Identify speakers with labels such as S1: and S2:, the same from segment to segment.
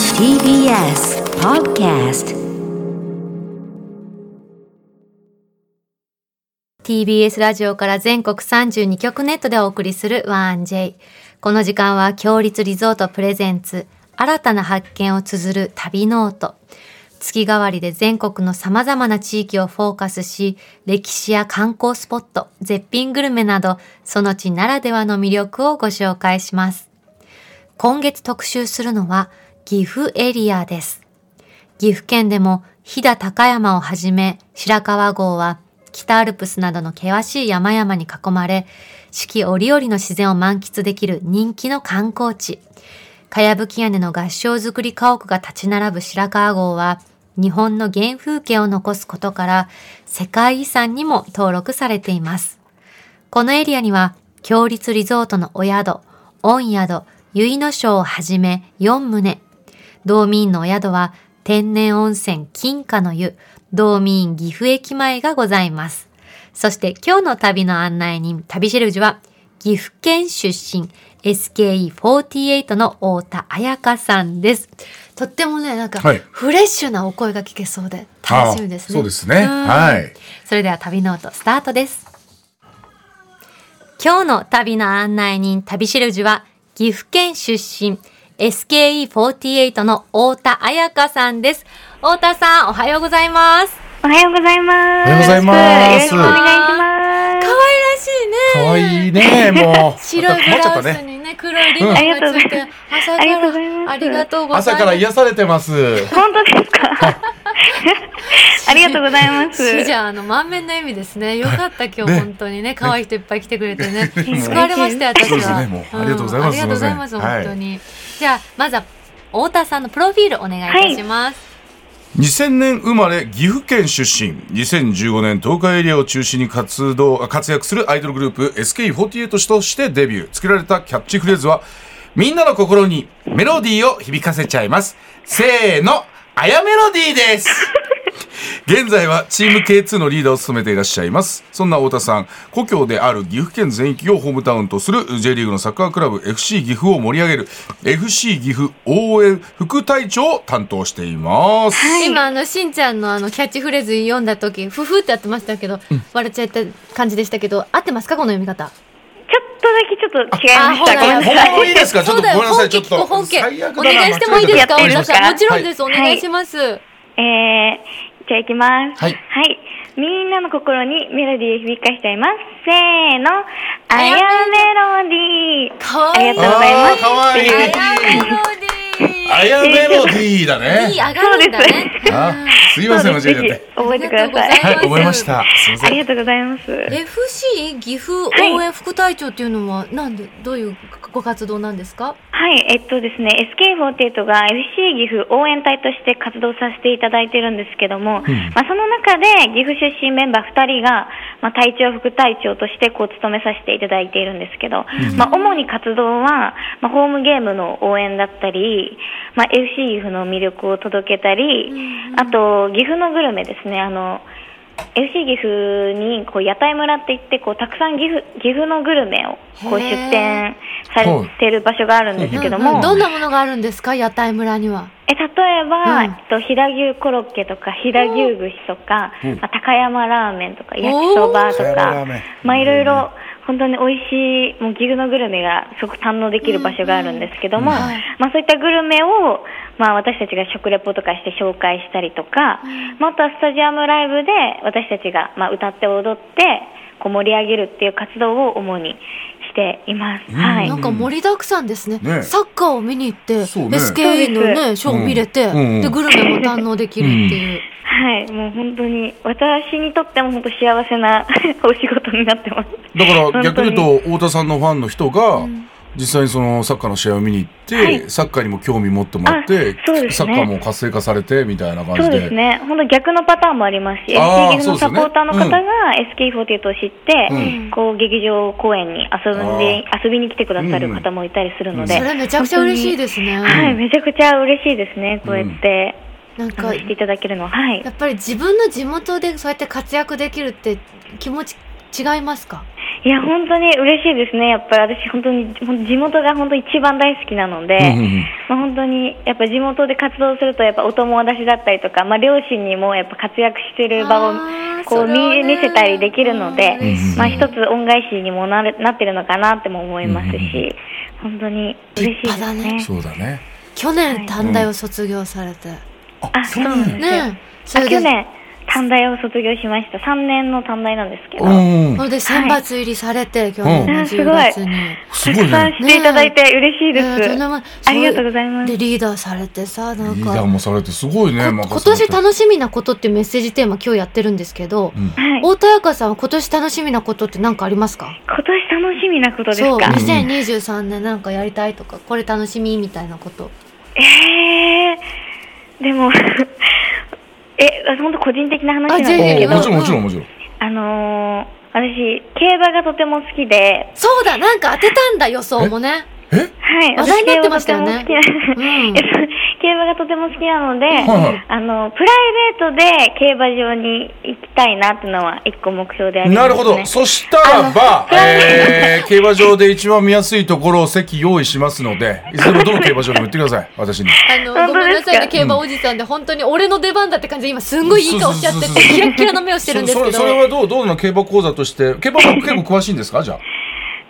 S1: TBS Podcast
S2: TBS ラジオから全国32局ネットでお送りする 1J。この時間は、強立リゾートプレゼンツ、新たな発見を綴る旅ノート。月替わりで全国の様々な地域をフォーカスし、歴史や観光スポット、絶品グルメなど、その地ならではの魅力をご紹介します。今月特集するのは、岐阜エリアです。岐阜県でも飛騨高山をはじめ白川郷は北アルプスなどの険しい山々に囲まれ四季折々の自然を満喫できる人気の観光地かやぶき屋根の合掌造り家屋が立ち並ぶ白川郷は日本の原風景を残すことから世界遺産にも登録されていますこのエリアには、強立リゾートのお宿、御宿、結の章をはじめ4棟。道民のお宿は、天然温泉金華の湯、道民岐阜駅前がございます。そして今日の旅の案内人、旅シェルジュは、岐阜県出身、SKE48 の太田彩香さんです。とってもね、なんか、
S3: はい
S2: フレッシュなお声が聞けそうで、楽しみですね。
S3: あそうですね
S2: ん
S3: はい
S2: それでは旅ノートスタートです。今日の旅の案内人、旅しるじは、岐阜県出身、SKE48 の太田彩香さんです。太田さん、おはようございます。
S4: おはようございます。
S3: おはようございます
S4: よろしくお願いし
S2: 可愛らし
S4: ま
S2: いね。
S3: 可愛いね、もう。
S2: 白いブ
S3: 困っちゃ
S2: ラ
S3: っ
S2: ウ
S3: た
S2: ス
S3: ね。
S2: にね、黒いリボンがついて、朝か
S4: ありがとうござい
S2: ら、
S4: ます
S2: ありがとうございます。
S3: 朝から癒されてます。
S4: す。本当ですか ありがとうございます。
S2: しじゃんあの満面の笑みですね。よかった今日
S3: ね
S2: 本当にね、可愛い人いっぱい来てくれてね、
S4: ん
S2: 救われましたよ私
S3: そう
S2: は。
S3: ですねもうありがとうござい
S2: んあ
S3: ます
S2: りがとうございます
S3: すいません
S2: 本当に。じゃあまずは太田さんのプロフィールお願いいたします。
S3: 2000年生まれ岐阜県出身2015年東海エリアを中心に活動活躍するアイドルグループ SKE48 としてデビュー作られたキャッチフレーズはみんなの心にメロディーを響かせちゃいますせーのあやメロディーです現在はチーム K2 のリーダーを務めていらっしゃいますそんな太田さん故郷である岐阜県全域をホームタウンとする J リーグのサッカークラブ FC 岐阜を盛り上げる FC 岐阜応援副隊長を担当しています
S2: 今あのしんちゃんのあのキャッチフレーズ読んだ時、ふふってやってましたけど、笑っちゃった感じでしたけど、合ってますかこの読み方？
S4: ちょっとだけちょっと違いまし
S2: あ
S4: た。ごめんな
S3: 本
S4: さい。
S3: 当いいですかちょ
S2: そ
S3: っ
S2: う
S3: と
S2: だよ
S3: ごめんなさ
S2: 本
S3: い
S2: 家
S3: ちょっ
S2: 聞ことう本家
S3: 最悪
S2: お
S3: だな
S2: 願いしてもいいですか
S4: 間違え
S2: 太
S4: てや
S2: 田
S4: ってい
S2: さ
S4: い
S2: ん
S4: ですか
S2: もちろんですお願いします。
S4: えー、じゃあ行きます。
S3: はい
S4: みんなの心にメロディーを響かせちゃいます。せーの。あやメロディー。
S2: 可愛い
S4: ありがとうございます。
S3: あー可愛い
S2: あやメロディー。
S3: あやメロディーだ
S2: いい
S3: ね
S2: 上がるんだね。
S3: あすいません間
S4: そう
S3: 違
S4: で
S3: えちゃっ
S4: すぜ
S3: て
S4: ひ覚えてください。
S2: ありが
S3: は
S2: と
S3: いう
S2: ござい
S3: 覚え
S2: ま
S3: ますしたすいませ
S4: あ
S3: ん
S4: りがとうございます。
S2: FC 岐阜
S4: はい
S2: 応援副隊長っていうのは、なんで、どういうご活動なんですか
S4: はい、えっとですね、SK48 が FC 岐阜応援隊として活動させていただいてるんですけども、まあ、その中で岐阜出身メンバー2人が、まあ、隊長副隊長としてこう務めさせていただいているんですけど、まあ、主に活動は、まあ、ホームゲームの応援だったり、まあ、FC 岐阜の魅力を届けたり、あと岐阜のグルメですねあの FC 岐阜にこう屋台村って言ってこうたくさん岐阜岐阜のグルメをこう
S2: へー
S4: 出店されてる場所があるんですけど
S2: うんう
S4: も、
S2: んどんなものがあるんですか屋台村には。
S4: え例えば、
S2: うん
S4: えっと、飛騨牛コロッケとか飛騨牛串とか、まあ、高山ラーメンとか焼きそばと
S3: 高山ラ
S4: か
S3: ーメン、
S4: まあ、いろいろ本当に美味しいもう岐阜のグルメがすごく堪能できる場所があるんですけども、
S2: うんうんはい
S4: まあ、そういったグルメを、まあ、私たちが食レポとかして紹介したりとか、まあ、あとはスタジアムライブで私たちが、まあ、歌って踊ってこう盛り上げるっていう活動を主にしています。はい
S2: なんか盛りだくさんですね。
S3: ね
S2: サッカーを見に行って、
S3: そうね
S2: SKE のね、ショーを見れて、
S3: うんうん
S2: で、グルメも堪能できるっていう。
S4: はい、もう本当に私にとっても本当幸せな お仕事になってます。
S3: だから逆に言うと太田さんのファンの人が実際にそのサッカーの試合を見に行って、
S4: はい
S3: サッカーにも興味持ってもらって、
S4: あそうですね
S3: サッカーも活性化されてみたいな感
S4: そ
S3: じ
S4: う
S3: で
S4: ですね、本当逆のパターンもありますし、
S3: あー
S4: SK 岐阜のサポーターの方
S3: そう
S4: が
S3: で
S4: SK48 を知って、
S3: うん
S4: こう劇場公演に遊んで遊びに来てくださる方もいたりするので、
S2: それめちゃくちゃ嬉しいですね。
S4: 本当にはい、めちゃくちゃ嬉しいですね、こうやって、
S2: なん
S4: あの
S2: か、
S4: していただけるのは、はい
S2: や。っぱり自分の地元でそうやって活躍できるって気持ち違いますか
S4: いや、本当に嬉しいですね。やっぱり私、本当に、ほん地元が本当一番大好きなので、
S3: うんうんうん
S4: まあ、本当に、やっぱ地元で活動すると、やっぱお友達だったりとか、まあ、両親にもやっぱ活躍してる場を
S2: あー、
S4: こ
S2: そうれはね
S4: 見見せたりできるので、
S2: うん
S3: うん
S4: まあ、一つ恩返しにもなるなってるのかなっても思いますし、本当に嬉しいで
S2: 立
S4: す
S2: 派だね
S4: ね。
S3: そうだね。
S2: 去年短大を卒業されて、
S4: あ、そうなんですよ。
S2: ねそ
S4: あ
S2: れで
S4: 去年、短大を卒業しました。3年の短大なんですけど。
S3: うん
S2: そ。れで選抜入りされて、去年の
S4: うん
S2: 10月に、
S3: す
S4: た
S3: ご
S4: く
S3: い
S4: さん
S3: ね。
S4: していただいて嬉しいです。
S2: ねえとんでもない
S4: ありがとうございます
S2: でリーダーされてさなん
S3: リー
S2: か
S3: ダーもされてすごいね。
S2: こ
S3: マカ
S2: 今
S3: さんって
S2: 年楽しみなことっていうメッセージテーマ今日やってるんですけど、
S3: ん
S4: はい、
S2: 太田彩香さんは今年楽しみなことって何かありますか
S4: 今年楽しみなことです
S2: そう
S4: か。
S2: 2023年なんかやりたいとかこれ楽しみみたいなこと
S4: えー、でも え、本当個人的な話なん
S2: あぜ
S4: です
S2: ひ
S4: け
S3: おー
S4: ど、
S3: もちろん
S2: うん
S3: もちろんもちろん。
S4: あのー、私競馬がとても好きで、
S2: そうだなんか当てたんだ予想もね
S3: え？
S4: はい、
S2: 話
S4: 私
S2: 題になってましたよね
S4: 競馬がとても好きな、
S2: うん
S4: えそう 競馬がとても好きなので、
S3: はいはい
S4: あのプライベートで競馬場に行きたいなってのは一個目標でありま
S3: な
S4: す、ね。
S3: るほど。そしたらば、 えー、競馬場で一番見やすいところを席用意しますので、いつでもどの競馬場でも言ってください。私に。
S2: あの
S4: 本当
S2: ごめんなさいね
S4: です
S2: 競馬おじさんで本当に俺の出番だって感じで今すんごいいい顔しちゃって
S3: そうそ
S2: て
S3: うそうそう
S2: キラッキラの目をしてるんですけ
S3: そ
S2: ど
S3: それそれはどうどうの競馬講座として競馬は結構詳しいんですかじゃあ。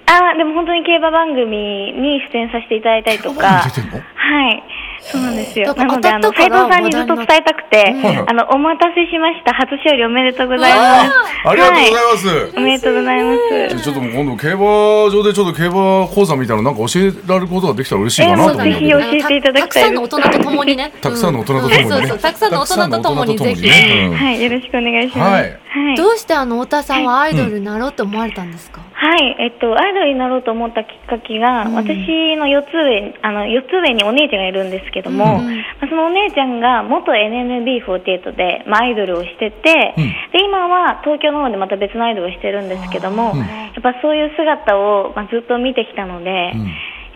S4: あーでも本当に競馬番組に出演させていただいたりとか、
S3: 出てんの
S4: はい、そうなんですよ。
S2: だか
S4: な
S2: ら
S4: ので、
S2: 当
S4: あの
S2: たっ
S4: 斉
S2: たから
S4: 藤さんにずっと伝えたくて
S3: 話題になっ、
S4: あのお待たせしました。初勝利おめでとうございます。
S3: ありがとうございます。
S4: おめでとうございます
S3: じゃあ。ちょっともう今度競馬場でちょっと競馬講座みたいなのなんか教えられることができたら嬉しいかなと思うんだけど
S4: えーもうぜひ教えていただきたいです
S2: あのたくさんの大人と共にね
S3: たくさんの大人と共にね
S2: うんそうそうたくさんの大人と共にぜひ、
S3: ね
S4: はい、よろしくお願いします。
S3: は
S4: はいい。
S2: どうしてあの太田さんはアイドルになろうと思われたんですか、
S4: はい、えっと、アイドルになろうと思ったきっかけが、私の四つ上、あの、四つ上にお姉ちゃんがいるんですけども、
S2: うん
S4: まあそのお姉ちゃんが元 NNB48 で、まあ、アイドルをしてて、
S3: うん
S4: で、今は東京の方でまた別のアイドルをしてるんですけども、
S3: うん
S4: やっぱそういう姿を、まあ、ずっと見てきたので、
S3: うん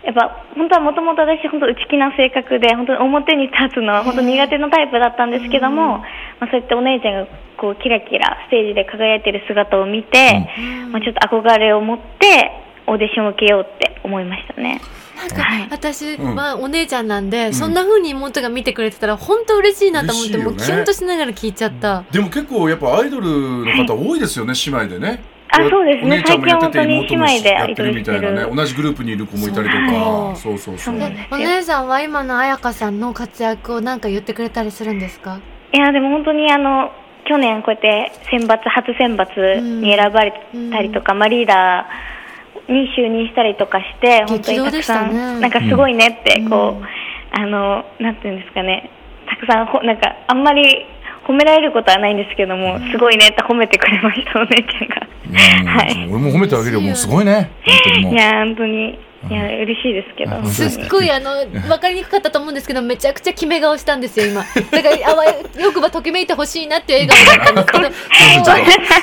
S4: やっぱ本当はもともと私本当内気な性格で本当に表に立つのは本当苦手なタイプだったんですけども、まあ、そうやってお姉ちゃんがこうキラキラステージで輝いてる姿を見て、まあ、ちょっと憧れを持ってオーディションを受けようって思いましたね。
S2: なんか私
S3: うん
S2: はお姉ちゃんなんで、そんな風に妹が見てくれてたら本当嬉しいなと思って、
S3: 嬉しい
S2: も
S3: よね
S2: うキュンとしながら聞いちゃった。
S3: でも結構やっぱアイドルの方多いですよね姉妹でね。
S4: あそうですね
S3: お姉ちゃんもやってて
S4: 最近は本当
S3: 妹
S4: に
S3: も
S4: 姉妹で
S3: やってるみたい
S4: アイドル
S3: な
S4: し
S3: ね。
S4: てる
S3: 同じグループにいる子もいたりとか。そうそうそう。
S4: そう
S2: お姉さんは今の彩香さんの活躍をなんか言ってくれたりするんですか
S4: いやでも本当にあの去年こうやって選抜初選抜に選ばれたりとか、まあ、リーダーに就任したりとかして本当にたくさん、
S2: 激動でしたね
S4: なんかすごいねって
S2: うん
S4: こう、あのなんていうんですかねたくさんほなんかあんまり褒められることはないんですけども、すごいねって褒めてくれましたお姉ちゃんが。
S3: いやもう
S4: はい
S3: 俺も褒めてあげるよもうすごいね。本当にもう
S4: いや本当にいや嬉しいですけど、
S3: あ本当
S2: す
S3: です
S2: っごいあの分かりにくかったと思うんですけどめちゃくちゃ決め顔したんですよ今だからあわよくばときめいてほしいなっていう笑顔だったんですけど
S3: ごめんな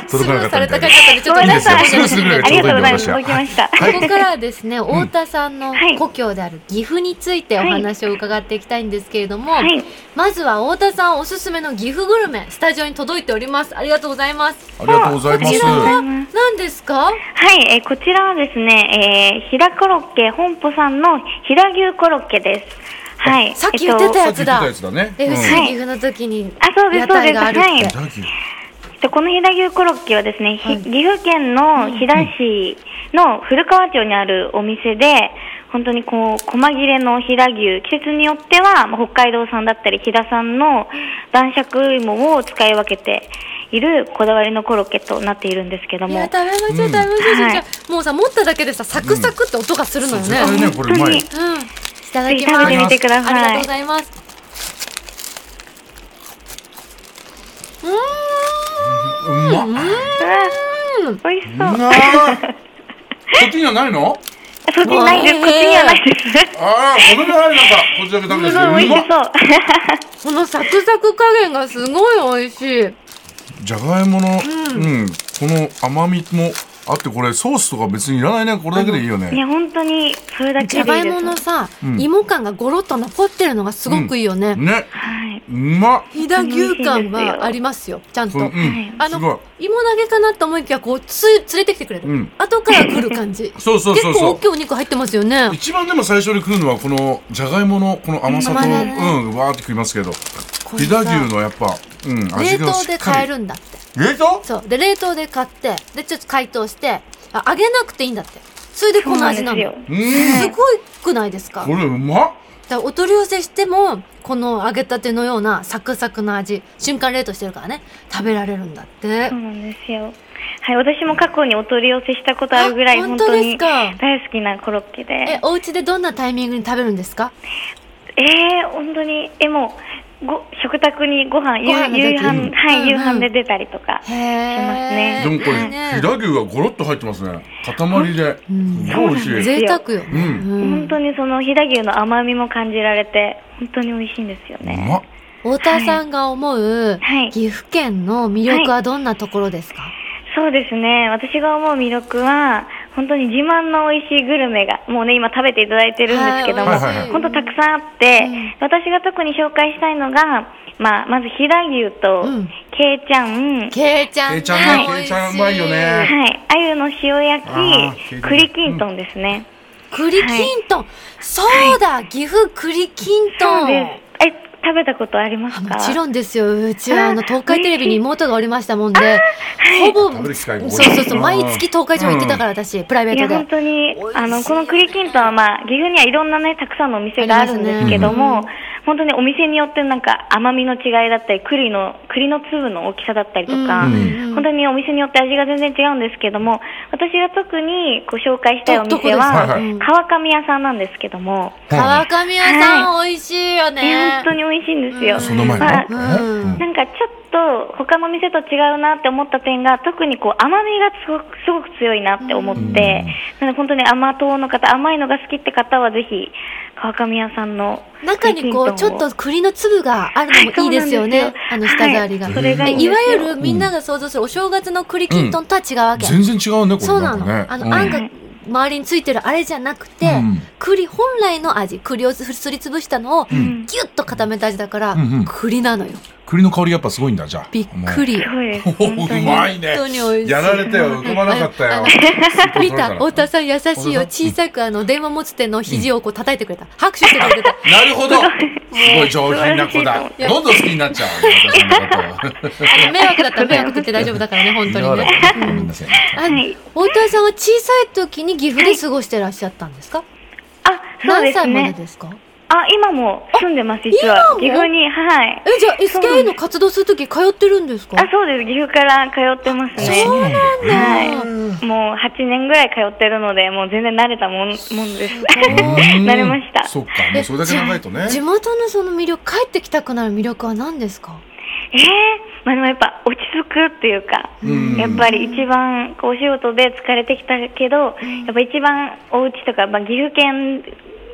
S2: スルーされた方
S3: 届かなかった
S2: 々でちょっと
S3: みたいで
S4: ごめんなさい
S2: 申し訳ですけど
S3: いい
S4: あ
S3: です
S4: り
S3: よ
S4: がとうございます
S3: ちょうどい
S4: 届
S3: い
S4: きました。
S2: ここからはですね、太田さんの
S4: はい
S2: 故郷である岐阜についてお話を伺っていきたいんですけれども、
S4: はい
S2: まずは太田さんおすすめの岐阜グルメ、スタジオに届いております。ありがとうございます。
S3: ありがとうござい
S2: こ
S3: ま
S2: ち
S3: す
S2: ら。は何ですか
S4: はい、えーこちらはですね、えー、ひらコロッケ本舗さんのひら牛コロッケです。はい。
S2: さっき言ってた
S4: え
S2: や
S3: さっき
S2: つ
S3: 言って
S2: だ。
S3: たやつだね。
S2: FC
S3: うん
S2: 岐阜の時に
S4: あそうです
S2: 屋台があるって。
S4: そうで
S3: ジャー
S4: す
S3: キー
S4: っとこのひら牛コロッケはですね、ひ
S2: はい
S4: 岐阜県の飛騨市の古川町にあるお店で、本当にこう、細切れのひら牛、季節によっては、まあ北海道産だったり、飛騨産の男爵芋を使い分けているこだわりのコロッケとなっているんですけど
S2: いや
S4: も
S2: 食。べましょう食べましょう、
S4: うん
S2: じゃあもうさ持っただけでさサクサクって音がするのよね、
S3: あ
S2: うん
S3: れ
S2: い
S3: ねこれうまい。
S4: 本
S2: ただ
S4: ぜひ
S2: き
S4: 食
S2: ま
S4: べ
S2: す
S4: てみてくだ
S2: ありがとう
S4: さい
S2: ご。ざいます。
S3: うまっ。
S4: うわ美味しそう。
S3: なあ。こっちにはないの？
S4: そっちにないです。こっちにはないです。
S3: ああ、これぐらいなんかこっちだけ食べ
S4: す
S3: てる
S4: ご
S3: ん
S4: い
S3: ですけど。
S4: 美味しそ
S2: こ
S4: う。
S2: のサクサク加減がすごい美味しい。
S3: じゃがいもの、うん、この甘みもあってこれソースとか別にいらないねこれだけでいいよ
S4: い
S3: ね
S4: や本当にそれだ
S2: じゃ
S4: け
S2: が
S4: で
S2: い
S4: いいで
S2: も
S4: す
S2: のさ、芋感がゴロッと残ってるのがすごくいいよね。
S3: ね
S4: はい、
S3: うまっ
S2: 飛騨牛感 はありますよ、ちゃんと。
S3: うん、
S4: い
S2: あ
S3: すごい
S2: の芋投げかなと思いきやこうつ連れてきてくれる、
S3: うん
S2: 後から来る感じ
S3: そうそうそう
S2: 結構
S3: そ
S2: 大きいお肉入ってますよね
S3: う一番でも最初に来るのはこのじゃがいものこの甘さと、
S2: 甘さね
S3: うんわーって食いますけど
S2: これ
S3: 飛
S2: さ
S3: 騨牛のやっぱ、うん、
S2: 冷
S3: 味が
S2: 凍
S3: し
S2: で
S3: っか
S2: 買え
S3: り
S2: るんだって
S3: 冷凍
S2: そうで冷凍で買ってでちょっと解凍してあ揚げなくていいんだってそれでこの味なの
S4: そうなん
S3: う
S4: で
S3: ん
S2: すごいくないですか
S3: これうまっ
S2: だからお取り寄せしてもこの揚げたてのようなサクサクの味瞬間冷凍してるからね食べられるんだって
S4: そうなんですよ。はい、私も過去にお取り寄せしたことあるぐらい
S2: あ本
S4: 本
S2: 当
S4: 当
S2: です
S4: に
S2: か
S4: 大好きなコロッケで。
S2: え
S4: え
S2: お家でどんなタイミングに食べるんですか
S4: えー本当にえもうご食卓にご飯
S2: ご飯が
S4: 夕夕
S2: 出て
S4: 飯
S2: る
S4: は
S2: うん
S4: い、
S2: うん
S4: 夕飯で出たりとか。
S2: へ
S4: ね
S2: え
S3: でもこれ、
S2: ね
S3: 飛騨牛がゴロッと入ってますね。塊で。
S2: うん
S3: すごい美味しい。
S2: 贅沢よね、
S3: うん
S2: うん
S4: 本当にその飛騨牛の甘みも感じられて本当に美味しいんですよ
S3: う
S4: ね。
S3: まっ。
S2: 太田さんが思う
S4: はい
S2: 岐阜県の魅力はどんなところですか、
S4: そうですね。私が思う魅力は本当に自慢の美味しいグルメがもうね今食べていただいてるんですけども、
S3: はい美味しいはいはい
S4: 本当たくさんあって、
S2: うん
S4: 私が特に紹介したいのが、まあ、まず飛騨牛と、
S2: うん
S4: けいちゃん、
S2: けいちゃんね
S3: けいちゃんね
S2: 美味し
S3: けいちゃんうまいよね
S4: はい、あゆの塩焼
S3: あーけいちゃん
S4: き、栗きんとんですね。
S2: 栗きんとん、そうだ岐阜栗きんと
S4: そ
S2: ん
S4: うです。え、食べたことあります
S2: あ
S4: か
S2: もちろんですようちはあの
S4: あ
S2: 東海テレビに妹がおりましたもんでほぼ
S3: 食べ
S2: そう
S3: る機会が多い
S2: そうそう
S3: うん
S2: 毎月東海地方行ってたから私プライベ
S4: い
S2: ー
S4: や
S2: トで
S4: 本当に
S2: 美味しい
S4: あのこの栗きんとんはまあ岐阜にはいろんなねたくさんのお店があるんですけど
S2: あ
S4: も、
S2: り
S4: 本当にお店によってなんか甘みの違いだったり栗の栗の粒の大きさだったりとか、
S2: うん
S3: うん
S2: うん
S4: 本当にお店によって味が全然違うんですけども私が特にご紹介したいお
S2: どどこ
S4: 店
S2: です
S3: はい
S4: は
S3: はい
S2: うん
S4: 川上屋さんなんですけども、
S2: 川上屋さん、美味しいよ
S4: いや
S2: ね
S4: 本当に美味しいんですよ。
S2: うん
S3: その前の
S4: まあ
S2: うん
S3: うん
S4: なんかちょっと他の店と違うなって思った点が特にこう甘みがすごくすごく強いなって思って、なので本当に甘党の方甘いのが好きって方はぜひ川上屋さんの
S2: 中にこうちょっと栗の粒があるの もいいですよね、
S4: はい
S2: あ
S4: そうな
S2: の
S4: んですよ
S2: 舌触りが、
S4: はい
S3: それがいいん
S2: で
S4: です
S2: い
S4: よ
S2: わゆるみんなが想像するお正月の栗きんとんとは違うわけ、
S3: 全然違うね、こ
S2: そ
S3: れ
S2: うな
S3: なん
S2: の、
S3: かね。
S2: あ
S3: うん
S2: のあんが周りについてるあれじゃなくて、
S3: うん
S2: 栗本来の味栗をすりつぶしたのをギュ
S4: ん
S2: ッと固めた味だから、
S3: うんうん
S2: 栗なのよ
S3: 栗の香りやっぱすごいんだ、じゃあ。
S2: びっくり
S4: すごいです
S3: もう。
S4: 本当
S3: う
S4: に
S3: まいね
S2: 本当に美味し。い
S3: やられたよ、浮かばなかった よ。
S2: 見た太田さん優しいよ
S3: 太田さん
S2: 小さくあの電話持つ手の肘をこう叩いてくれた拍手してくれてた
S3: なるほど。すごい上品な子だ。
S2: いや
S3: どんどん好きになっちゃう。私のことを
S2: あの迷惑だったら迷惑って言って大丈夫だからね 本当にね
S3: 嫌だごめんなさいね
S2: あの太田さんは小さい時に岐阜で過ごしてらっしゃったんですか、
S4: あそう
S2: 何
S4: です
S2: 歳まで
S4: ね
S2: ですか
S4: あ今も住んでます実は
S2: 今も
S4: 岐阜にはい
S2: えじゃあ
S4: そうなん
S2: SKE
S4: です
S2: の活動する時通ってるんですか
S4: あそうです岐阜から通ってますね
S3: そうなんだ。
S2: は
S4: はいもう8年ぐらい通ってるのでもう全然慣れたもんもんです
S3: うん
S4: 慣れました
S3: そっか、もうそれだけ長いとね。
S2: 地元のその魅力帰ってきたくなる魅力は何ですか
S4: えー、まあ、でもやっぱ落ち着くっていうか、
S3: うん
S4: やっぱり一番こうお仕事で疲れてきたけど、やっぱ一番お家とか、まあ、岐阜県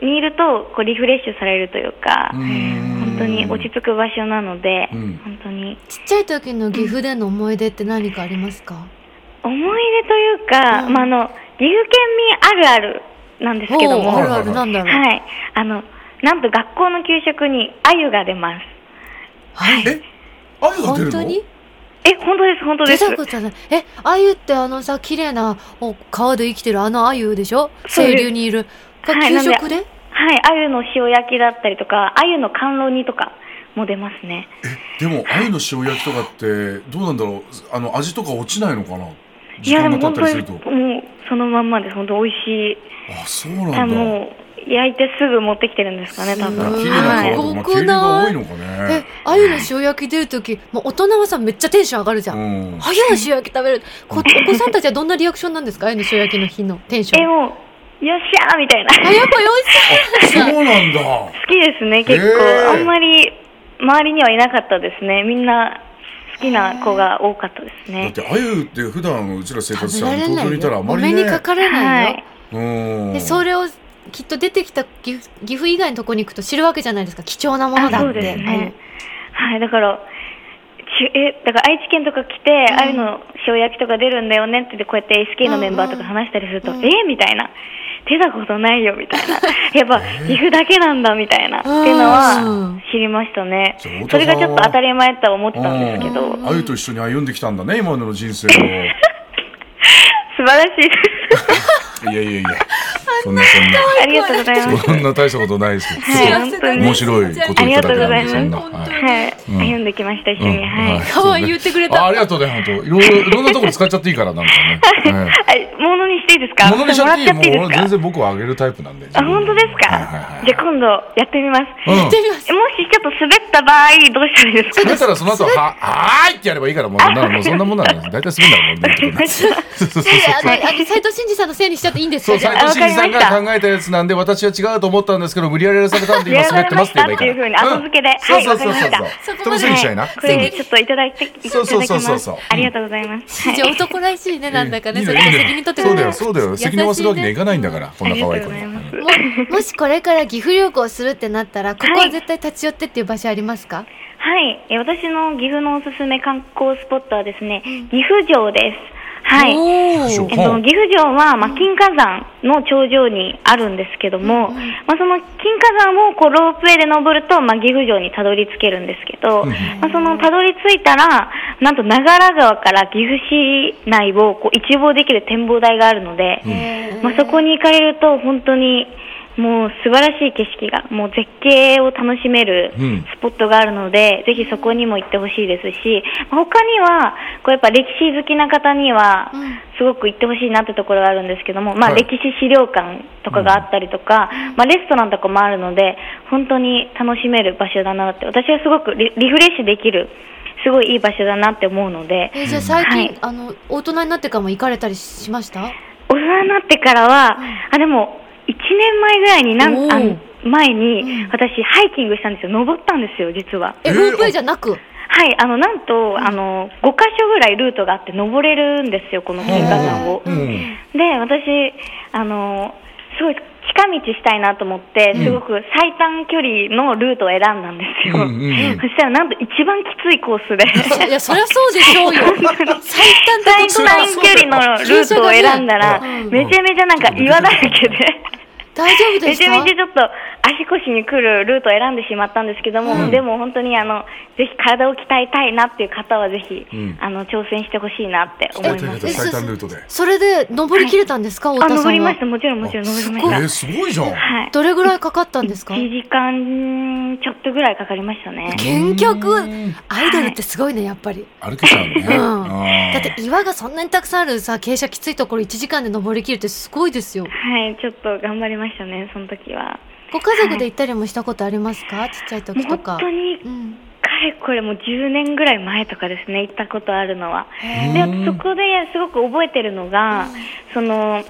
S4: にいるとこうリフレッシュされるというか、
S3: うん
S4: 本当に落ち着く場所なので、
S3: うん
S4: 本当に
S2: ちっちゃい時の岐阜での思い出って何かありますか、
S4: 思い出というか、
S2: うん
S4: まあ、あの岐阜県民あるあるなんです
S2: ほう
S4: けども、
S2: あ
S4: は
S2: るあるなんだろう、
S4: い、あのなんと学校の給食に鮎が出ます。
S2: はい
S3: え、あゆが出
S2: 本
S3: るの
S2: 当に
S4: え、本当です、本当で
S2: 出
S4: す。
S2: たことないえ鮎ってあのさ綺麗なお川で生きてるあの鮎でしょ
S4: そう
S2: 清
S4: です
S2: 流にいるが
S4: はい
S2: 給食で、
S4: はい、鮎の塩焼きだったりとか、鮎の甘露煮とかも出ますね。
S3: でも鮎の塩焼きとかってどうなんだろうあの味とか落ちないのかない時
S4: や、で
S3: 間
S4: も
S3: が経ったり
S4: 本当に
S3: すると
S4: もうそのまんまです。本当美味しい。
S3: あそうな
S4: あ
S3: んだ
S4: もう焼いてすぐ持ってきてるんですかね、多
S2: すご
S4: 分。
S2: い
S3: 綺麗
S4: は
S3: な皮
S4: い。
S3: とか、ま
S2: すご
S3: あ、経
S2: く
S3: 理
S2: ない
S3: が多いのか
S2: え
S3: ね
S2: 鮎の塩焼き出る時もう大人はさめっちゃテンション上がるじゃん、
S3: うん
S2: 鮎の塩焼き食べるこお子さんたちはどんなリアクションなんですか鮎の塩焼きの日のテンショ
S4: え、
S2: ン
S4: もう、よっしゃーみた いな。
S2: あやっぱよし
S3: そ
S2: そう
S3: うなんだ
S4: 好きですね、結
S3: へ
S4: 構。
S3: ー
S4: あんまり周りにはいなかったですね。みんな好きな子が多かったです
S3: だっ
S4: ね。
S3: て鮎って普段うちら生活
S2: 食
S3: し
S2: べ
S3: て
S2: られ
S3: 東
S2: な
S3: 京に
S2: い
S3: いたら
S2: よ
S3: あ
S2: お
S3: ま
S2: 目
S3: り
S2: に
S3: ね
S2: かからない
S4: はい
S2: よ、。
S3: うん
S2: でそれをきっと出てきた岐阜岐阜以外のとこに行くと知るわけじゃないですか貴重なものだ
S4: あ
S2: って
S4: そうですね。はい、だから、しえだから愛知県とか来て、ああいうの塩焼きとか出るんだよねってこうやって SK のメンバーとか話したりすると、えみたいな出たことないよみた いなやっぱ岐阜だけなんだみたいな、っていうのは知りましたね
S3: そう
S4: それがちょっと当たり前とは思ってたんですけど
S3: あゆと一緒に歩んできたんだね今までの人生をい
S4: 素晴らしい です
S3: やいやいやそんなそんな
S4: ありがとうございます
S3: そんな大したことないですけど、
S4: はい本当に
S3: 面白いことをいただけたんで、そんな。はい
S4: はい、歩んできました一緒に、はい、
S3: 可愛い言ってくれた。あありがとうね、本当。いろいろ、いろんなところ使っちゃっていいから、なんかね。え
S4: あものにしていいです
S3: え
S4: か
S3: 物にしちゃっていい。
S4: もらっちゃっていい
S3: もう
S4: です
S3: 全
S4: か
S3: 然僕はあげるタイプなんで。
S4: あ本当ですか、
S3: はいはいはい
S4: じゃあ今度やってみます、
S3: うん
S4: もしちょっと滑った場合どうしたらいいですか
S3: だったらその後は、はーいってやればいいから、もうそんな、もうそんなもんなの。大体するんだから、もう。そうそうそう
S2: えあの、あの斉藤真二さんのせいにしちゃっていいんです
S3: そ
S2: か
S3: う、
S2: じゃ
S3: 斉
S2: あ
S3: 藤慎二さんが考えたやつなんで、私は違うと思ったんですけど、無理やりやらされたんで、今滑ってますって言えばいいから。
S4: わかりましたっていうふうに後付けで
S3: うんそうそうそうそう
S4: はいわかりま
S3: そう。
S2: した
S3: 飛びすぎしちゃいな。
S4: これちょっといただいて、いただきます
S3: そうそうそうそうそう
S4: ありがとうございます、
S2: じゃあ男らしいね、なんだか
S3: い
S2: ね。
S3: い
S2: そ
S3: よ
S2: れも
S3: いいよ
S2: 責任取って
S3: そうだよ
S2: ね
S3: そうだよ責任を忘れるわけにはいかないんだからこん
S4: あ
S3: な
S4: りが
S3: 可
S4: とう
S3: 愛い子に
S4: ございます
S2: ももしこれから岐阜旅行するってなったら、ここは絶対立ち寄ってっていう場所ありますか、
S4: はい、え私の岐阜のおすすめ観光スポットはですね、岐阜城です。はい。
S3: しょう
S4: えっと、岐阜城は、まあ、金華山の頂上にあるんですけども、まあ、その金華山をこうロープウェイで登ると、まあ、岐阜城にたどり着けるんですけど、まあ、そのたどり着いたらなんと長良川から岐阜市内をこう一望できる展望台があるので、まあ、そこに行かれると本当にもう素晴らしい景色がもう絶景を楽しめる
S3: うん
S4: スポットがあるので、ぜひそこにも行ってほしいですし、まあ他には、こうやっぱ歴史好きな方には、すごく行ってほしいなってところがあるんですけども、まあ
S3: はい
S4: 歴史資料館とかがあったりとか、まあレストランとかもあるので、本当に楽しめる場所だなって、私はすごくリリフレッシュできる、すごいいい場所だなって思うので、
S2: えーじゃあ最近、
S4: はい
S2: あの、大人になってからも行かれたりしました
S4: 大人になってからは、あ、でも、1年前ぐらいになん、
S2: おー
S4: あの前に、私、ハイキングしたんですよ。登ったんですよ、実は。
S2: え、
S3: えー
S2: ロープウェイじゃなく、
S4: はい、あのなんと、あの5箇所ぐらいルートがあって登れるんですよ、この金華山を。
S3: うん
S4: で、私、あのすごい近道したいなと思って、すごく最短距離のルートを選んだんですよ。
S3: うんうんうん
S4: そしたら、なんと一番きついコースで、
S2: いや、そりゃそうでしょう よ。最短だ
S4: 最
S2: と
S4: 短距離のルートを選んだら、
S2: うん
S4: めちゃめちゃなんか岩だらけで。
S2: 大丈夫で
S4: め
S2: した
S4: ちゃめちゃちょっと足腰にくるルートを選んでしまったんですけども、でも本当にあのぜひ体を鍛えたいなっていう方はぜひ、
S3: ん
S4: あの挑戦してほしいなって思
S3: 大
S4: い
S3: 体
S4: ま
S3: 大
S4: す。
S3: 体最短ルートで
S2: それで登り切れたんですか、
S4: あ
S2: 太田さ
S4: 登
S2: ん
S4: りま
S2: は
S4: した。もちろんもちろん登りまし
S3: え
S4: た。
S3: ーすごいじゃん
S4: はい。
S2: どれぐらいかかったんですか
S4: 1時間ちょっとぐらいかかりましたね。
S2: 健脚アイドルってすごいねやっぱり、
S3: 歩けちゃうね
S2: うん
S3: あー
S2: だって岩がそんなにたくさんあるさ傾斜きついところ1時間で登りきるってすごいですよ
S4: はい、ちょっと頑張りましたね、その時は。
S2: ご家族で行ったりもしたことありますかちっちゃい
S4: もう
S2: 時とか
S4: 本当に
S2: うん、
S4: かれこれもう10年ぐらい前とかですね行ったことあるのはであとそこですごく覚えてるのがその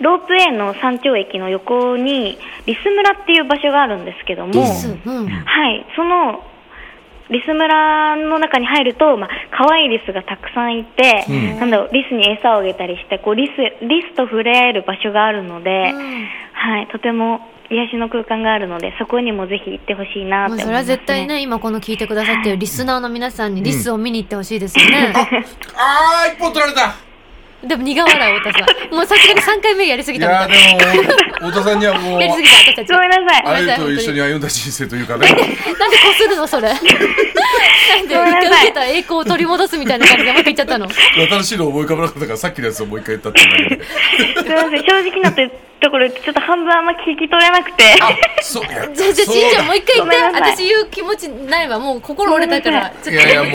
S4: ロープウェイの山頂駅の横にリス村っていう場所があるんですけども
S3: リ
S2: す
S3: ス
S2: うん、
S4: はいそのリス村の中に入ると、まあ可愛いリスがたくさんいて、
S3: うん
S4: なんだろうリスに餌をあげたりしてこうリスリスと触れ合える場所があるので、はい、とても癒しの空間があるのでそこにもぜひ行ってほしいな
S2: もう
S4: って思います、ね、
S2: それは絶対ね今この聞いてくださってるリスナーの皆さんにリスを見に行ってほしいですよね、
S3: あー一本取られた
S2: でも苦笑い太田さんもうさすがに3回目やりすぎ
S3: い
S2: たみ
S3: や
S2: た
S3: ー
S2: い
S3: でも太田さんにはもう
S2: やりすぎた私たち
S4: ごめんなさい
S3: あゆと一緒に歩んだ人生というかね
S2: なんでこするのそれなんで一
S4: ごめんなさ
S2: 回受
S4: い
S2: けた栄光を取り戻すみたいな感じでもう一回言っちゃったの
S3: 新しいの思い浮かばなかったからさっきのやつをもう一回言ったっていうだけです
S4: みません正直なところちょっと半分あんま聞き取れなくて
S3: あそういや
S2: じゃあ、じゃあ、
S3: そう
S2: しんちゃんもう一回言
S4: ごめん
S2: っ
S4: な
S2: て、
S4: さい
S2: 私言う気持ちないわ、もう心折れたから。ちょ
S3: い
S2: っと
S3: やいや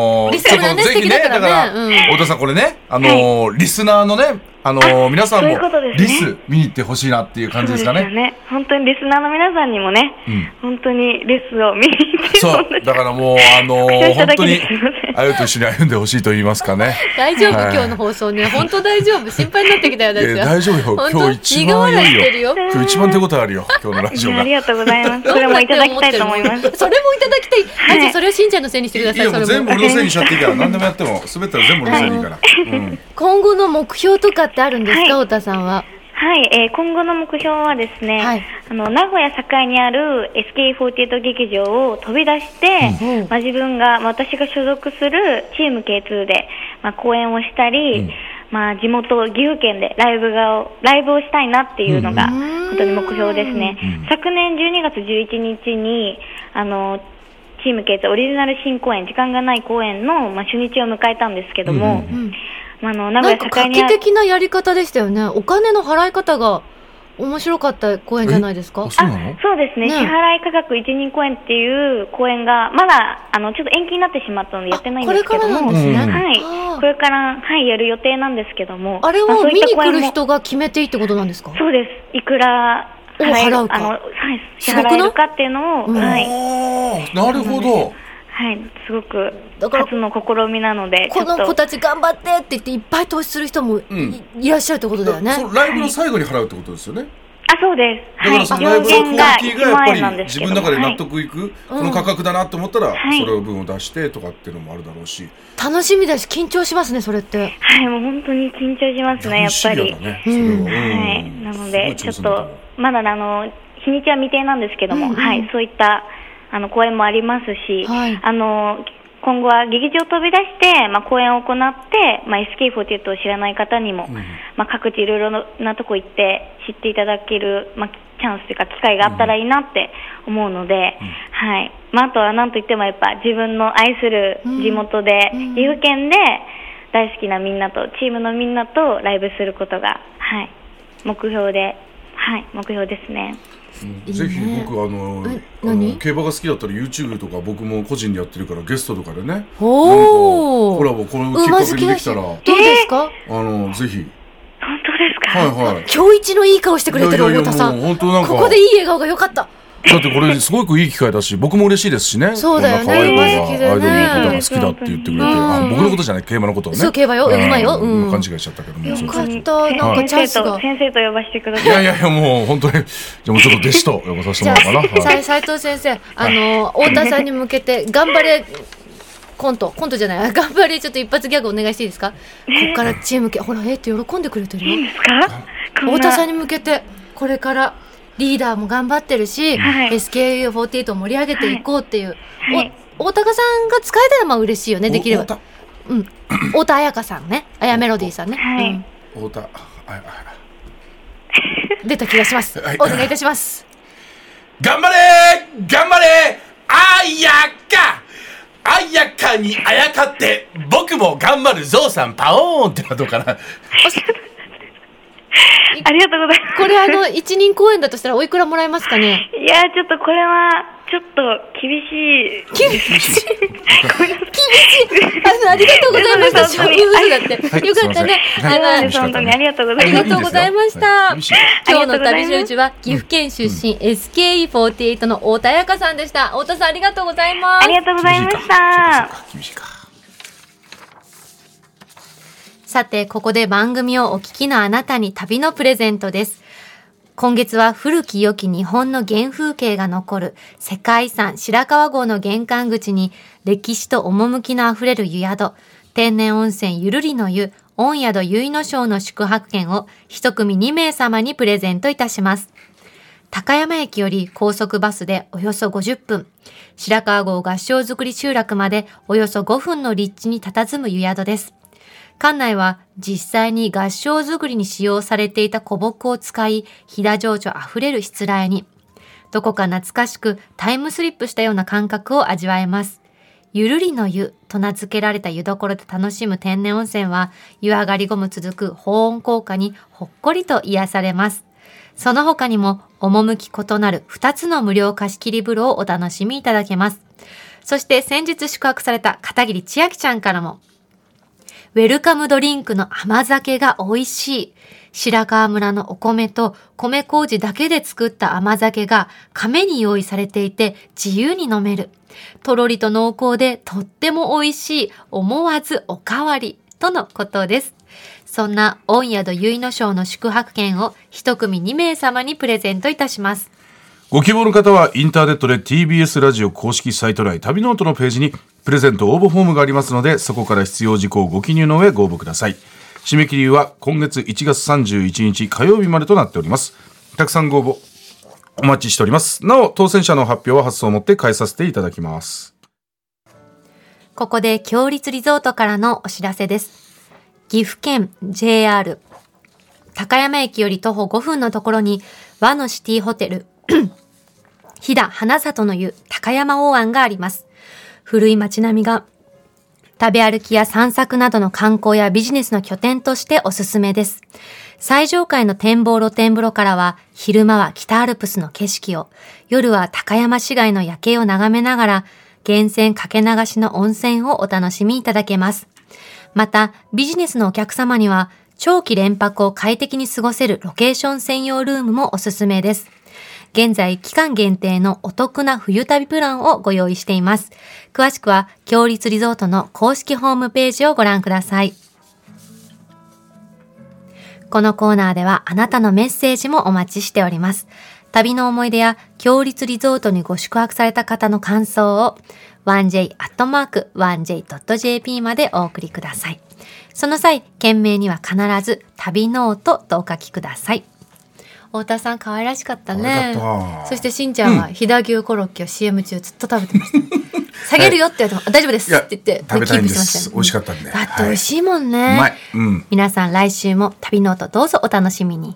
S3: もう、
S2: リスナーね
S3: ちょっとぜ
S2: 素敵
S3: ひね、
S2: だ
S3: だか、
S2: かららねうん
S3: 太田さんこれね、あのーリスナーのね、あのー皆さん
S4: そうい
S3: も
S4: うことです
S3: リ
S4: ね
S3: ス見に行ってほしいなっていう感じですか
S4: そう
S3: ね。
S4: よ本当にリスナーの皆さんにもね、本当にレッスンを見に行って
S3: そう
S4: 本当、に
S3: だからもう、あのー
S4: お伝えし
S3: 本
S4: ただ
S3: 当
S4: け
S3: に
S4: ですいませ、ん
S3: あゆと一緒に歩んでほしいと言いますかね。
S2: 大丈夫、
S3: はい
S2: 今日の放送ね。本当大丈夫。心配になってきたよ、
S3: いや
S2: 私は。
S3: 大丈夫よ
S2: 本、当
S3: 今日一番
S2: 苦笑いし
S3: 良
S2: て
S3: い
S2: る
S3: よ
S2: よ。
S3: 今日一番手応えあるよ、今日のラジオ
S4: いや
S3: が。
S4: あ
S3: い
S4: りがとうございますそれもいただきたいと思います
S2: それもいただきたい。あ、じゃあそれをしんちゃんのせいにしてくださ
S3: や
S2: い、
S3: もう
S2: それ
S3: 全部
S2: も。
S3: 俺のせいにしちゃっていいから、何でもやっても、滑ったら全部俺のせいにいいから。うん
S2: 今後の目標とかってあるんですか、
S4: はい
S2: 太田さんは。
S4: はい、えー今後の目標はですね、
S5: はい
S4: あの名古屋栄にある SK48 劇場を飛び出して、
S5: うん
S4: まあ、自分が、まあ私が所属するチーム K2 で、まあ、公演をしたり、
S3: うん
S4: まあ、地元岐阜県でライブがをライブをしたいなっていうのが本当に目標ですね、
S3: うん
S4: 昨年12月11日にあのチーム K2 オリジナル新公演時間がない公演の、まあ、初日を迎えたんですけども、
S3: うん
S5: うん
S4: まあ、あの名
S5: な
S4: 古
S5: んか
S4: 屋
S5: 画
S4: 栄に
S5: 期
S4: ある
S5: 的なやり方でしたよね。お金の払い方が面白かった公演じゃないですか
S3: あ。そうなの
S4: そうですね
S5: ね
S4: 支払い価格一人公演っていう公演がまだあのちょっと延期になってしまったのでやってないんですけど
S5: あこれからな
S4: も
S5: んです
S3: ね
S5: あ
S4: はい
S5: ー
S4: これからはいやる予定なんですけども
S5: あれ
S4: ま
S5: は
S4: そうい
S5: 見
S4: った
S5: に
S4: 公
S5: 来
S4: 演も
S5: る人が決めていいってことなんですか
S4: そうですいくら
S5: を
S4: 払える
S5: 払うか
S4: あの、はい、支
S5: すごくな
S4: 払
S5: い
S4: えるかっていうのを、
S5: うん
S4: はい
S3: あーなるほど。
S4: はいすごく
S5: だから
S4: 初の試みなのでちょ
S5: こ
S4: っと
S5: の子たち頑張ってって言っていっぱい投資する人もい,、
S3: うん
S5: らっしゃるってことだよね
S3: そ。のライブの最後に払うってことですよね。
S4: あそうです
S3: だからそのラ
S4: は
S3: イ
S4: い
S3: ブのクオリ
S4: 上限が
S3: ティがやっぱ
S4: 1万円なん
S3: り
S4: で
S3: 自
S4: すけど
S3: 分の中で納
S4: はい
S3: 得いく、
S5: うん
S3: この価格だなと思ったら、
S4: はい
S3: それを分を出してとかっていうのもあるだろうし、
S5: 楽しみだし緊張しますねそれって。
S4: はい、もう本当に緊張しますね、やっぱり。
S3: 楽しみだね、
S5: うん
S3: それは
S4: は
S3: う
S4: い、
S3: ん
S4: なので、
S3: す
S4: ち
S3: ご
S4: ょ
S3: い
S4: っ
S3: 挑戦だ
S4: と
S3: 思う、
S4: まだあの、日にちは未定なんですけども、
S5: うんうん
S4: はい、そういった、あの、公演もありますし、
S5: はい
S4: あの、今後は劇場を飛び出して、まあ、公演を行って、まあ、SK48 を知らない方にも、
S3: ん
S4: まあ、各地いろいろなとこ行って、知っていただける、まあ、チャンスというか、機会があったらいいなって思うので、はい。まあ、あとはなんといってもやっぱ、自分の愛する地元で、
S5: うん
S4: 岐阜県で、大好きなみんなと、チームのみんなとライブすることが、はい、目標で、はい、目標ですね。
S5: いいね
S3: ぜひ僕あの
S5: え
S3: あの
S5: 何
S3: 競馬が好きだったら YouTube とか僕も個人でやってるからゲストとかでねなんか
S5: お
S3: コ
S5: お
S3: ラ。ボこれをきっ
S5: 馬
S3: か
S5: 好
S3: け
S5: き
S3: に
S5: な
S3: でき
S5: 人
S3: たら
S5: どうですか？
S3: あのぜひ
S4: 本当ですか、
S3: はいはい
S5: 今日一のいい顔してくれてる
S3: いやいやいや
S5: 太田さ
S3: も
S5: ん。
S3: う本当なんか
S5: ここでいい笑顔が良かった。
S3: だってこれすごくいい機会だし僕も嬉しいですしね
S5: そうだよね
S3: こんな可愛い子
S5: 馬好き
S3: がアイドル
S5: だ
S3: の
S5: ね
S3: ことが好きだって言ってくれて
S5: うん
S3: あ僕のことじゃない競馬のことをね
S5: そう競馬よ
S3: ん
S5: 馬ようん
S3: 今勘違いしちゃったけども
S5: よ
S3: そう
S5: か
S3: そ
S5: っ
S3: う
S5: たなんかチャン
S4: 先
S5: ス
S4: 生
S5: が
S4: と、。先生と呼ばせてください。
S3: いやいやいやもう本当にじゃあもうちょっと弟子と呼ばさせて
S5: じゃ
S3: も
S5: あ
S3: らおうかなは
S5: 斉
S3: い
S5: 斉藤先生あの太田さんに向けて頑張れ。コントコントじゃない 頑張れちょっと一発ギャグお願いしていいですかこっからチーム系ほらえって喜んでくれてるよ
S4: いいんですかこんな
S5: 太田さんに向けてこれからリーダーも頑張ってるし、
S4: はい
S5: SKU48 を盛り上げていこうっていう、
S4: いはい
S5: お大高さんが使えたらまあ嬉しいよねできれば
S3: 太田
S5: うん、太田彩香さんね彩メロディーさんね、
S4: はい
S5: うん
S3: 太田あああ
S5: 出た気がします
S3: はい
S5: お願いいたします
S3: 頑張れ頑張れあやかあやかにあやかって僕も頑張るぞうさんパオーンってのはどうかな
S4: ありがとうございます。
S5: これあの一人公演だとしたらおいくらもらえますかね
S4: いや、ちょっとこれは、ちょっと厳しい。
S5: あのありがとうございました
S4: 嘘嘘
S5: そういう嘘だって、
S3: はい
S5: よかったね
S3: すいませんはい
S5: あ
S4: そう
S5: の
S4: です本当にありがとうござ
S5: あ
S4: い
S5: り
S4: ま
S5: が
S4: す。
S5: とうございました。
S3: いいですよはい
S5: 今日の旅十時は岐阜県出身 SKE48 の太田彩香さんでした。太田さんありがとうございます
S4: あり。がとうございました。
S3: 厳しいか
S2: さて、ここで番組をお聞きのあなたに旅のプレゼントです。今月は古き良き日本の原風景が残る世界遺産白川郷の玄関口に歴史と趣のあふれる湯宿、天然温泉ゆるりの湯、温宿由井の章の宿泊券を一組2名様にプレゼントいたします。高山駅より高速バスでおよそ50分、白川郷合掌造り集落までおよそ5分の立地に佇む湯宿です。館内は実際に合掌造りに使用されていた古木を使い、飛騨情緒あふれるしつらえに、どこか懐かしくタイムスリップしたような感覚を味わえます。ゆるりの湯と名付けられた湯どころで楽しむ天然温泉は、湯上がり後も続く保温効果にほっこりと癒されます。その他にも、趣異なる2つの無料貸切風呂をお楽しみいただけます。そして先日宿泊された片桐千秋ちゃんからも、ウェルカムドリンクの甘酒が美味しい。白川村のお米と米麹だけで作った甘酒が亀に用意されていて自由に飲める。とろりと濃厚でとっても美味しい。思わずおかわり。とのことです。そんな御宿結納賞の宿泊券を一組2名様にプレゼントいたします。
S3: ご希望の方はインターネットで TBS ラジオ公式サイト内旅ノートのページにプレゼント応募フォームがありますのでそこから必要事項をご記入の上ご応募ください締め切りは今月1月31日火曜日までとなっておりますたくさんご応募お待ちしておりますなお当選者の発表は発送をもって返させていただきます
S2: ここで強立リゾートからのお知らせです。岐阜県 JR 高山駅より徒歩5分のところに和のシティホテル 飛騨花里の湯高山大庵があります。古い街並みが食べ歩きや散策などの観光やビジネスの拠点としておすすめです。最上階の展望露天風呂からは、昼間は北アルプスの景色を、夜は高山市街の夜景を眺めながら、源泉かけ流しの温泉をお楽しみいただけます。また、ビジネスのお客様には、長期連泊を快適に過ごせるロケーション専用ルームもおすすめです。現在、期間限定のお得な冬旅プランをご用意しています。詳しくは、強立リゾートの公式ホームページをご覧ください。このコーナーでは、あなたのメッセージもお待ちしております。旅の思い出や、強立リゾートにご宿泊された方の感想を、1j.1j.jp までお送りください。その際、件名には必ず、旅ノートとお書きください。太田さん可愛らしかったね
S3: 可愛かった
S5: そしてしんちゃんは飛騨牛コロッケを CM 中ずっと食べてました、下げるよって言われてもあ大丈夫ですって言って
S3: 食べたいんで
S5: キープしてますした
S3: 美味しかったんで
S5: だって美味しいもんね、
S3: はいうまいうん
S2: 皆さん来週も旅ノートどうぞお楽しみに。